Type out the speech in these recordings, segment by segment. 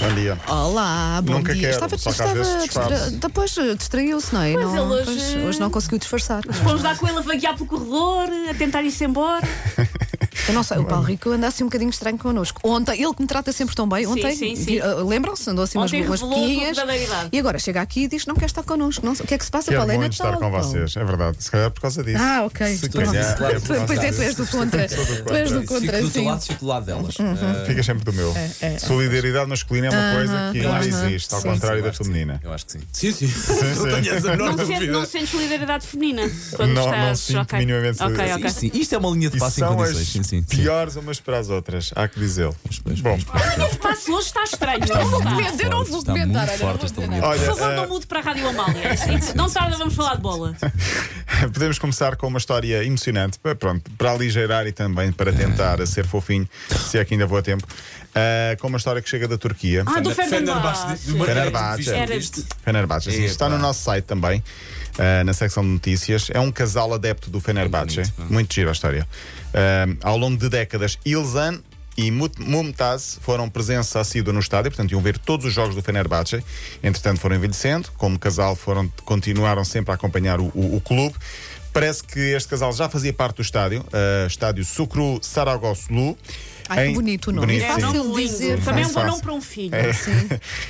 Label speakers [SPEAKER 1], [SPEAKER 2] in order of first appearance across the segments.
[SPEAKER 1] Bom dia.
[SPEAKER 2] Olá, bom
[SPEAKER 1] Nunca
[SPEAKER 2] dia.
[SPEAKER 1] quero,
[SPEAKER 2] estava
[SPEAKER 1] só que às vezes disfarço.
[SPEAKER 2] Depois distraiu-se, não é?
[SPEAKER 3] Mas
[SPEAKER 2] não,
[SPEAKER 3] ele hoje-
[SPEAKER 2] pois, hoje não conseguiu disfarçar.
[SPEAKER 3] Fomos dar com ele a vaguear pelo corredor, a tentar ir-se embora.
[SPEAKER 2] Eu não sei, o Paulo Rico anda assim um bocadinho estranho connosco. Ontem, ele que me trata sempre tão bem, ontem,
[SPEAKER 3] sim, sim.
[SPEAKER 2] vi- ah, lembram-se, andou assim umas,
[SPEAKER 3] Ontem
[SPEAKER 2] umas
[SPEAKER 3] revelou a sua
[SPEAKER 2] boquinhas.
[SPEAKER 3] verdadeira idade.
[SPEAKER 2] E agora chega aqui e diz que não quer estar connosco. Não sei- o que é que se passa,
[SPEAKER 1] Quero
[SPEAKER 2] Paulo? É
[SPEAKER 1] muito
[SPEAKER 2] Natal,
[SPEAKER 1] estar com
[SPEAKER 2] Paulo.
[SPEAKER 1] vocês, é verdade. Se calhar por causa disso.
[SPEAKER 2] Ah, ok.
[SPEAKER 1] Se
[SPEAKER 2] Pronto.
[SPEAKER 1] calhar, é por é. causa
[SPEAKER 2] Pois é, tu és do
[SPEAKER 1] disso.
[SPEAKER 2] contra.
[SPEAKER 1] Sou do
[SPEAKER 2] Tu és do É, contra,
[SPEAKER 4] fico do teu
[SPEAKER 2] sim. Uhum.
[SPEAKER 4] lado, fico do lado delas. Eh,
[SPEAKER 1] Fica sempre do meu. Solidariedade masculina é uma coisa que não existe, ao contrário
[SPEAKER 4] eu
[SPEAKER 1] da
[SPEAKER 4] acho que
[SPEAKER 1] feminina.
[SPEAKER 4] sim. Eu acho que sim. Sim, sim. não tenho essa menor
[SPEAKER 3] Não, sente,
[SPEAKER 4] dúvida.
[SPEAKER 3] não sentes solidariedade feminina quando
[SPEAKER 1] Não,
[SPEAKER 3] estás.
[SPEAKER 1] não sinto
[SPEAKER 3] ok.
[SPEAKER 1] minimamente
[SPEAKER 3] Ok,
[SPEAKER 1] solidariedade.
[SPEAKER 3] ok.
[SPEAKER 4] Isto, sim, isto é uma linha de
[SPEAKER 1] E
[SPEAKER 4] passe em
[SPEAKER 1] são as
[SPEAKER 4] condições. Sim, sim. sim.
[SPEAKER 1] piores umas para as outras, há que dizê-lo.
[SPEAKER 4] pois,
[SPEAKER 1] Bom,
[SPEAKER 3] O passo hoje está estranho. não
[SPEAKER 4] Está
[SPEAKER 3] está?
[SPEAKER 4] muito
[SPEAKER 2] comentar, eu não
[SPEAKER 4] forte,
[SPEAKER 2] vou
[SPEAKER 4] está
[SPEAKER 2] comentar, olha, não
[SPEAKER 4] Muito forte
[SPEAKER 2] vou
[SPEAKER 4] esta
[SPEAKER 2] dizer
[SPEAKER 4] linha de
[SPEAKER 1] nada.
[SPEAKER 3] Por
[SPEAKER 4] passe.
[SPEAKER 3] favor,
[SPEAKER 1] eh,
[SPEAKER 3] não mude para a Rádio Amália. Não tarda, vamos falar de bola.
[SPEAKER 1] podemos começar com uma história emocionante, para, pronto, para aligeirar e também para tentar ser fofinho, se é que ainda vou a tempo, ah, com uma história que chega da Turquia.
[SPEAKER 3] Ah, do
[SPEAKER 4] Fenerbahçe.
[SPEAKER 3] Fenerbahçe.
[SPEAKER 1] Fenerbahçe. Fenerbahçe. Sim, está no
[SPEAKER 4] Epá.
[SPEAKER 1] nosso site também, ah, na secção de notícias. É um casal adepto do Fenerbahçe.
[SPEAKER 4] Bonito, pá.
[SPEAKER 1] Muito giro a história. Ah, ao longo de décadas, Ilzan e Mut- Mumtaz foram presença assídua no estádio, portanto iam ver todos os jogos do Fenerbahçe. Entretanto foram envelhecendo, como casal foram, continuaram sempre a acompanhar o, o- o clube. Parece que este casal já fazia parte do estádio, ah, estádio Sucru Saragoslu.
[SPEAKER 2] Ai, que
[SPEAKER 1] Em-
[SPEAKER 2] bonito o nome.
[SPEAKER 1] Bonito,
[SPEAKER 2] É
[SPEAKER 1] sim.
[SPEAKER 2] fácil dizer.
[SPEAKER 3] Também é
[SPEAKER 1] Sim,
[SPEAKER 3] um bom
[SPEAKER 1] fácil.
[SPEAKER 3] nome para um filho.
[SPEAKER 1] É.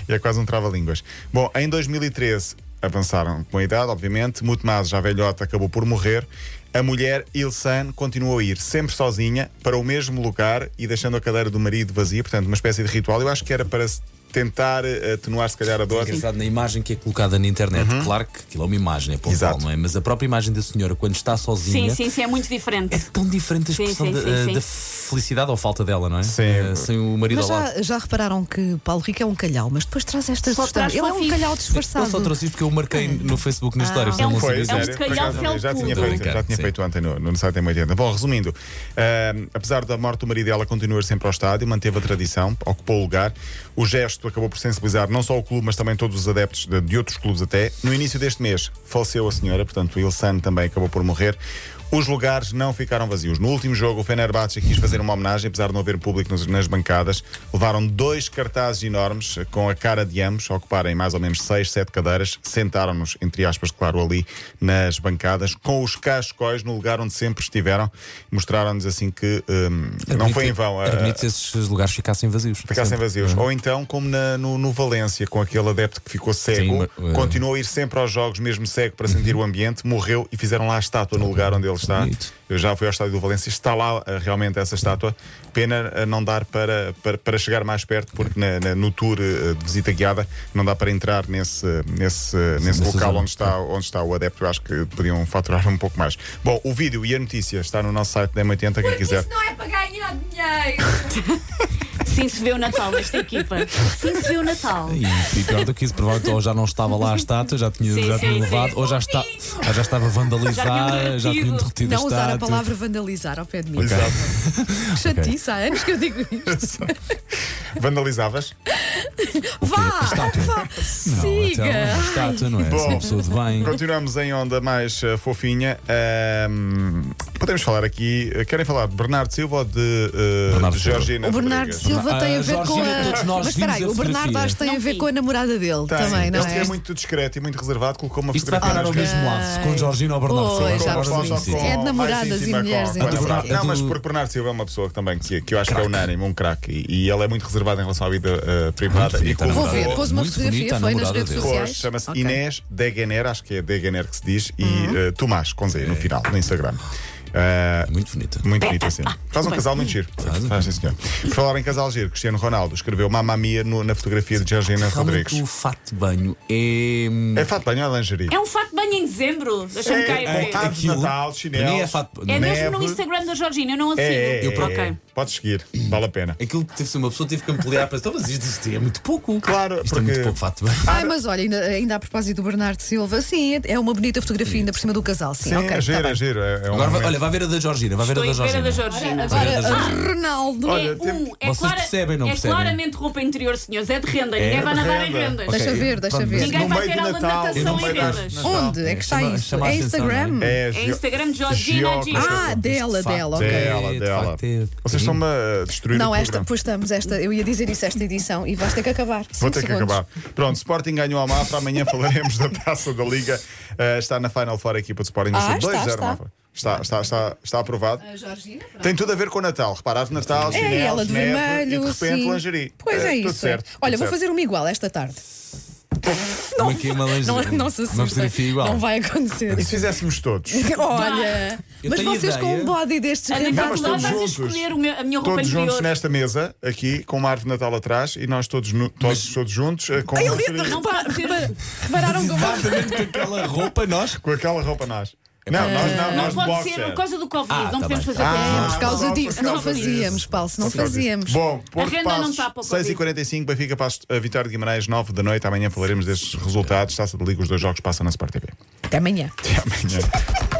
[SPEAKER 1] e é quase um trava-línguas. Bom, em 2013 avançaram com a idade, obviamente. Mutmaz, já velhota, acabou por morrer. A mulher, Ilsan, continuou a ir sempre sozinha para o mesmo lugar e deixando a cadeira do marido vazia, portanto, uma espécie de ritual. Eu acho que era para se tentar eh, atenuar, se calhar, a dor.
[SPEAKER 4] Engraçado na imagem que é colocada na internet. Claro que aquilo é uma imagem, é pontual,
[SPEAKER 1] Uhum. Exato.
[SPEAKER 4] não é? Mas a própria imagem da senhora quando está
[SPEAKER 3] Sim,
[SPEAKER 4] sozinha
[SPEAKER 3] sim, sim, é muito
[SPEAKER 4] é
[SPEAKER 3] diferente.
[SPEAKER 4] tão diferente a
[SPEAKER 3] Sim,
[SPEAKER 4] expressão
[SPEAKER 3] sim,
[SPEAKER 4] da,
[SPEAKER 3] sim, sim.
[SPEAKER 4] da felicidade ou falta dela, não é?
[SPEAKER 1] Sim.
[SPEAKER 4] Eh, sem o marido
[SPEAKER 2] Mas
[SPEAKER 4] ao lado.
[SPEAKER 2] já, já repararam que Paulo Rico é um calhau, mas depois traz estas
[SPEAKER 3] Só
[SPEAKER 2] questões.
[SPEAKER 3] traz
[SPEAKER 2] Ele é um
[SPEAKER 3] fofinho.
[SPEAKER 2] calhau
[SPEAKER 4] Não só
[SPEAKER 2] disfarçado.
[SPEAKER 4] trouxe isto porque eu marquei no Facebook na história,
[SPEAKER 2] Ah.
[SPEAKER 4] senão
[SPEAKER 3] É um-
[SPEAKER 4] não
[SPEAKER 3] é
[SPEAKER 1] Foi,
[SPEAKER 4] sabia.
[SPEAKER 3] um
[SPEAKER 1] sério, por
[SPEAKER 3] bacalhau
[SPEAKER 1] acaso, eu já tinha
[SPEAKER 3] felpudo.
[SPEAKER 1] feito, já tinha
[SPEAKER 4] Sim.
[SPEAKER 1] feito ontem no, no site em 80. Bom, resumindo, ah, apesar da morte do marido, ela continua sempre ao estádio, manteve a tradição, ocupou o lugar. O gesto acabou por sensibilizar não só o clube, mas também todos os adeptos de, de outros clubes até. No início deste mês, faleceu a senhora, portanto, o Ilsan também acabou por morrer. Os lugares não ficaram vazios. No último jogo, o Fenerbahçe quis fazer uma homenagem, apesar de não haver público nos- nas bancadas. Levaram dois cartazes enormes eh, com a cara de ambos, a ocuparem mais ou menos seis, sete cadeiras. Sentaram-nos, entre aspas, claro, ali nas bancadas, com os cascóis no lugar onde sempre estiveram. Mostraram-nos assim que hum,
[SPEAKER 4] Era
[SPEAKER 1] não
[SPEAKER 4] bonito-
[SPEAKER 1] foi em vão. a-
[SPEAKER 4] Era bonito se esses lugares ficassem vazios.
[SPEAKER 1] Ficassem
[SPEAKER 4] Sempre. Uhum.
[SPEAKER 1] vazios. Ou então, como na- no, no Valência, com aquele adepto que ficou cego,
[SPEAKER 4] mas, eh, Uhum.
[SPEAKER 1] continuou a ir sempre aos jogos, mesmo cego, para sentir o ambiente, morreu e fizeram lá a estátua no lugar onde ele está.
[SPEAKER 4] Tá Bonito.
[SPEAKER 1] Eu já fui ao estádio do Valência, está lá eh, realmente essa estátua. Pena eh, não dar para, para, para chegar mais perto, porque na- na- no tour eh, de visita guiada não dá para entrar nesse, nesse, nesse
[SPEAKER 4] nessa
[SPEAKER 1] local
[SPEAKER 4] zona.
[SPEAKER 1] onde está, onde está o adepto. Eu acho que podiam faturar um pouco mais. Bom, o vídeo e a notícia está no nosso site da M80, quem quiser.
[SPEAKER 5] Isso não é para ganhar dinheiro.
[SPEAKER 3] Sim, se vê o Natal nesta equipa. Sim, se vê o Natal.
[SPEAKER 4] E, e pior do que isso, provavelmente ou já não estava lá a estátua, já tinha,
[SPEAKER 3] Sim,
[SPEAKER 4] já tinha
[SPEAKER 3] sim,
[SPEAKER 4] levado,
[SPEAKER 3] sim.
[SPEAKER 4] ou já, está, ou já estava vandalizada, já
[SPEAKER 3] Já tinham derretido.
[SPEAKER 4] tinha derretido
[SPEAKER 2] Não
[SPEAKER 4] a
[SPEAKER 2] usar a
[SPEAKER 4] estátua.
[SPEAKER 2] palavra vandalizar ao pé de mim.
[SPEAKER 1] Exato.
[SPEAKER 2] Chatice, há anos que eu digo isto.
[SPEAKER 1] Vandalizavas? é
[SPEAKER 2] Vá! vá,
[SPEAKER 4] é Não, então,
[SPEAKER 2] Siga!
[SPEAKER 4] uma estátua, não é?
[SPEAKER 1] Bom.
[SPEAKER 4] Bom, uma pessoa de bem.
[SPEAKER 1] Continuamos em onda mais eh, fofinha. Ahm, podemos falar aqui. eh, Querem falar de Bernardo Silva ou de, eh,
[SPEAKER 4] Bernardo
[SPEAKER 1] de
[SPEAKER 4] Silva.
[SPEAKER 1] Georgina
[SPEAKER 2] O Bernardo
[SPEAKER 1] Rodrigues?
[SPEAKER 2] Silva
[SPEAKER 4] Ah,
[SPEAKER 2] tem a ver com
[SPEAKER 4] Jorginho, todos
[SPEAKER 2] a.
[SPEAKER 4] nós
[SPEAKER 2] Mas espera aí,
[SPEAKER 4] vimos a
[SPEAKER 2] o Bernardo
[SPEAKER 4] fotografia.
[SPEAKER 2] acho que tem a
[SPEAKER 3] Não
[SPEAKER 2] ver
[SPEAKER 3] vi.
[SPEAKER 2] com a namorada dele
[SPEAKER 1] Tem.
[SPEAKER 2] também, não
[SPEAKER 1] Ele
[SPEAKER 2] é?
[SPEAKER 1] é muito discreto e muito reservado, colocou uma
[SPEAKER 4] Isto vai
[SPEAKER 1] fotografia
[SPEAKER 4] parar ao
[SPEAKER 1] nas redes.
[SPEAKER 4] mesmo lado, com Jorginho ou Bernardo
[SPEAKER 2] Pois,
[SPEAKER 4] Silva.
[SPEAKER 2] já
[SPEAKER 4] Agora
[SPEAKER 2] percebi.
[SPEAKER 4] vamos
[SPEAKER 2] Sim.
[SPEAKER 4] sim.
[SPEAKER 2] É de namoradas
[SPEAKER 1] mais
[SPEAKER 2] e
[SPEAKER 1] íntima
[SPEAKER 2] mulheres então,
[SPEAKER 1] com-
[SPEAKER 2] em
[SPEAKER 1] com a
[SPEAKER 2] geral.
[SPEAKER 1] namorada.
[SPEAKER 4] É
[SPEAKER 1] Não,
[SPEAKER 4] do-
[SPEAKER 1] mas porque Bernardo Silva é uma pessoa que também que, que eu acho que é unânime, um craque. E, e ele é muito reservado em relação à vida eh, privada.
[SPEAKER 4] bonita
[SPEAKER 1] E
[SPEAKER 4] a
[SPEAKER 1] com
[SPEAKER 2] Vou
[SPEAKER 4] namorada
[SPEAKER 2] ver,
[SPEAKER 4] dele.
[SPEAKER 2] pôs uma
[SPEAKER 4] Muito bonita
[SPEAKER 2] fotografia,
[SPEAKER 4] a
[SPEAKER 2] foi nas
[SPEAKER 4] namorada
[SPEAKER 2] redes
[SPEAKER 4] dele.
[SPEAKER 1] Pois,
[SPEAKER 2] sociais.
[SPEAKER 1] chama-se
[SPEAKER 2] Ok.
[SPEAKER 1] Inês Degener, acho que é Degener que se diz,
[SPEAKER 2] Uhum.
[SPEAKER 1] e eh, Tomás, com Z no final, no Instagram.
[SPEAKER 2] É
[SPEAKER 1] Eh,
[SPEAKER 4] É Muito bonita.
[SPEAKER 1] Muito bonito assim. Faz um casal muito giro. Faz, sim, senhor. Por falar em casal giro, Cristiano Ronaldo escreveu Mamma Mia no- na fotografia de Georgina
[SPEAKER 4] Realmente
[SPEAKER 1] Rodrigues.
[SPEAKER 4] o fato de banho é.
[SPEAKER 1] É fato de banho ou é lingerie?
[SPEAKER 3] É um fato de banho em dezembro. Deixa-me cá ir ver.
[SPEAKER 1] É, é, Árvore de
[SPEAKER 4] Aquilo,
[SPEAKER 1] Natal, chinelos.
[SPEAKER 4] para mim é fato de
[SPEAKER 3] É
[SPEAKER 4] banho.
[SPEAKER 3] mesmo no
[SPEAKER 1] neve.
[SPEAKER 3] Instagram da Georgina, eu não a sigo.
[SPEAKER 1] É, é, é,
[SPEAKER 3] Ok.
[SPEAKER 1] é. Podes seguir, vale a pena.
[SPEAKER 4] Aquilo que teve se uma pessoa teve que ampliar para. Então, mas isto, isto é muito pouco.
[SPEAKER 1] Claro,
[SPEAKER 4] isto
[SPEAKER 1] porque-
[SPEAKER 4] é muito pouco fato de banho.
[SPEAKER 2] Ai, mas olha, ainda, ainda a propósito do Bernardo Silva, sim, é uma bonita fotografia ainda por cima do casal. Sim,
[SPEAKER 1] Sim,
[SPEAKER 2] ok.
[SPEAKER 1] é
[SPEAKER 2] tá
[SPEAKER 1] giro,
[SPEAKER 2] bem.
[SPEAKER 1] é giro. é- é um
[SPEAKER 4] Agora, vai-
[SPEAKER 1] momento.
[SPEAKER 4] olha, vai ver a da Georgina, vai ver a
[SPEAKER 3] Estou
[SPEAKER 4] da
[SPEAKER 3] em Vera
[SPEAKER 4] Georgina.
[SPEAKER 3] da Georgina.
[SPEAKER 4] Vai ver a da Georgina.
[SPEAKER 2] Ronaldo.
[SPEAKER 1] Olha,
[SPEAKER 3] É um, é,
[SPEAKER 4] Vocês
[SPEAKER 3] clara-
[SPEAKER 4] percebem, não
[SPEAKER 3] é
[SPEAKER 4] percebem?
[SPEAKER 3] claramente roupa interior, senhores. É de renda. Ninguém
[SPEAKER 4] É
[SPEAKER 3] vai
[SPEAKER 1] de
[SPEAKER 3] nadar em
[SPEAKER 1] renda.
[SPEAKER 3] rendas.
[SPEAKER 2] Deixa
[SPEAKER 4] Ok,
[SPEAKER 2] ver, deixa
[SPEAKER 4] pronto,
[SPEAKER 2] ver.
[SPEAKER 4] mas
[SPEAKER 3] Ninguém
[SPEAKER 1] no
[SPEAKER 3] vai
[SPEAKER 1] meio
[SPEAKER 3] ter
[SPEAKER 1] do
[SPEAKER 3] aula de
[SPEAKER 1] Natal,
[SPEAKER 3] natação
[SPEAKER 1] no
[SPEAKER 3] em
[SPEAKER 1] meio das-
[SPEAKER 3] rendas.
[SPEAKER 1] Natal.
[SPEAKER 2] Onde é que está
[SPEAKER 4] Chama-
[SPEAKER 2] isso?
[SPEAKER 4] chama a
[SPEAKER 2] É
[SPEAKER 4] atenção, é
[SPEAKER 2] Instagram?
[SPEAKER 4] não
[SPEAKER 1] É,
[SPEAKER 3] É
[SPEAKER 1] Geo-
[SPEAKER 3] Instagram Georgina
[SPEAKER 1] Geógrafo.
[SPEAKER 3] Gina.
[SPEAKER 2] Ah, dela,
[SPEAKER 4] De facto,
[SPEAKER 2] dela, ok.
[SPEAKER 1] dela,
[SPEAKER 4] de
[SPEAKER 1] dela.
[SPEAKER 4] facto, é-
[SPEAKER 1] Vocês estão-me a destruir
[SPEAKER 2] Não,
[SPEAKER 1] o
[SPEAKER 2] esta,
[SPEAKER 1] programa.
[SPEAKER 2] pois estamos, esta, eu ia dizer isso, esta edição, e vais ter que acabar.
[SPEAKER 1] Vou
[SPEAKER 2] Cinco
[SPEAKER 1] ter que
[SPEAKER 2] segundos.
[SPEAKER 1] acabar. Pronto, Sporting ganhou a Mafra. Amanhã falaremos da taça da Liga. Uh, está na Final Four a equipa de Sporting.
[SPEAKER 2] Ah,
[SPEAKER 1] venceu 2-0
[SPEAKER 2] está, Ah.
[SPEAKER 1] Mafra. Está, está, está, está aprovado.
[SPEAKER 5] Georgina, pronto.
[SPEAKER 1] Tem tudo a ver com o Natal. Reparaste, Natal,
[SPEAKER 2] É
[SPEAKER 1] chinelos,
[SPEAKER 2] ela de
[SPEAKER 1] neve,
[SPEAKER 2] vermelho,
[SPEAKER 1] e de repente
[SPEAKER 2] sim.
[SPEAKER 1] lingerie.
[SPEAKER 2] Pois é,
[SPEAKER 1] Eh,
[SPEAKER 2] isso.
[SPEAKER 1] Tudo certo.
[SPEAKER 2] Olha,
[SPEAKER 1] tudo
[SPEAKER 2] vou
[SPEAKER 1] certo.
[SPEAKER 2] fazer uma igual esta tarde.
[SPEAKER 4] Não, aqui uma lingerie.
[SPEAKER 2] Não, não se
[SPEAKER 4] Uma
[SPEAKER 2] assustem.
[SPEAKER 4] fotografia igual.
[SPEAKER 2] Não vai acontecer.
[SPEAKER 1] E se fizéssemos todos?
[SPEAKER 2] Um Olha,
[SPEAKER 4] Eu
[SPEAKER 2] mas
[SPEAKER 4] tenho
[SPEAKER 2] vocês com
[SPEAKER 4] ideia.
[SPEAKER 2] um body destes
[SPEAKER 3] Ah, Ana
[SPEAKER 1] Não, mas
[SPEAKER 2] rendados
[SPEAKER 3] Carla,
[SPEAKER 1] todos
[SPEAKER 3] vais
[SPEAKER 1] juntos.
[SPEAKER 3] escolher o meu- a minha roupa
[SPEAKER 1] Todos juntos
[SPEAKER 3] interior.
[SPEAKER 1] nesta mesa, aqui, com uma árvore de Natal atrás, e nós todos, nu- todos, todos juntos, eh, com,
[SPEAKER 2] Ele de
[SPEAKER 3] Não
[SPEAKER 2] repa-
[SPEAKER 3] pode ser.
[SPEAKER 2] repa- repararam como
[SPEAKER 4] Exatamente com aquela roupa nós.
[SPEAKER 1] com aquela roupa nós.
[SPEAKER 2] Ah.
[SPEAKER 1] Não, nós não,
[SPEAKER 3] Não
[SPEAKER 1] nós de
[SPEAKER 3] pode
[SPEAKER 1] boxer.
[SPEAKER 3] ser por causa do Covid.
[SPEAKER 4] Ah,
[SPEAKER 3] não
[SPEAKER 4] tá
[SPEAKER 3] podemos
[SPEAKER 4] bem.
[SPEAKER 3] fazer
[SPEAKER 1] Ah,
[SPEAKER 3] com
[SPEAKER 2] por causa
[SPEAKER 1] só por
[SPEAKER 2] disso. Não
[SPEAKER 1] causa disso.
[SPEAKER 2] fazíamos, Paulo, se não
[SPEAKER 1] Só por causa
[SPEAKER 2] fazíamos.
[SPEAKER 1] disso. Bom, Porto
[SPEAKER 3] renda não
[SPEAKER 1] Passos,
[SPEAKER 3] está para o
[SPEAKER 1] 6h45, Benfica Passos, a Vitória de Guimarães, 9 da noite. Amanhã falaremos destes resultados. Taça de Liga, os dois jogos passam na Sport TV.
[SPEAKER 2] Até amanhã.
[SPEAKER 1] Até amanhã.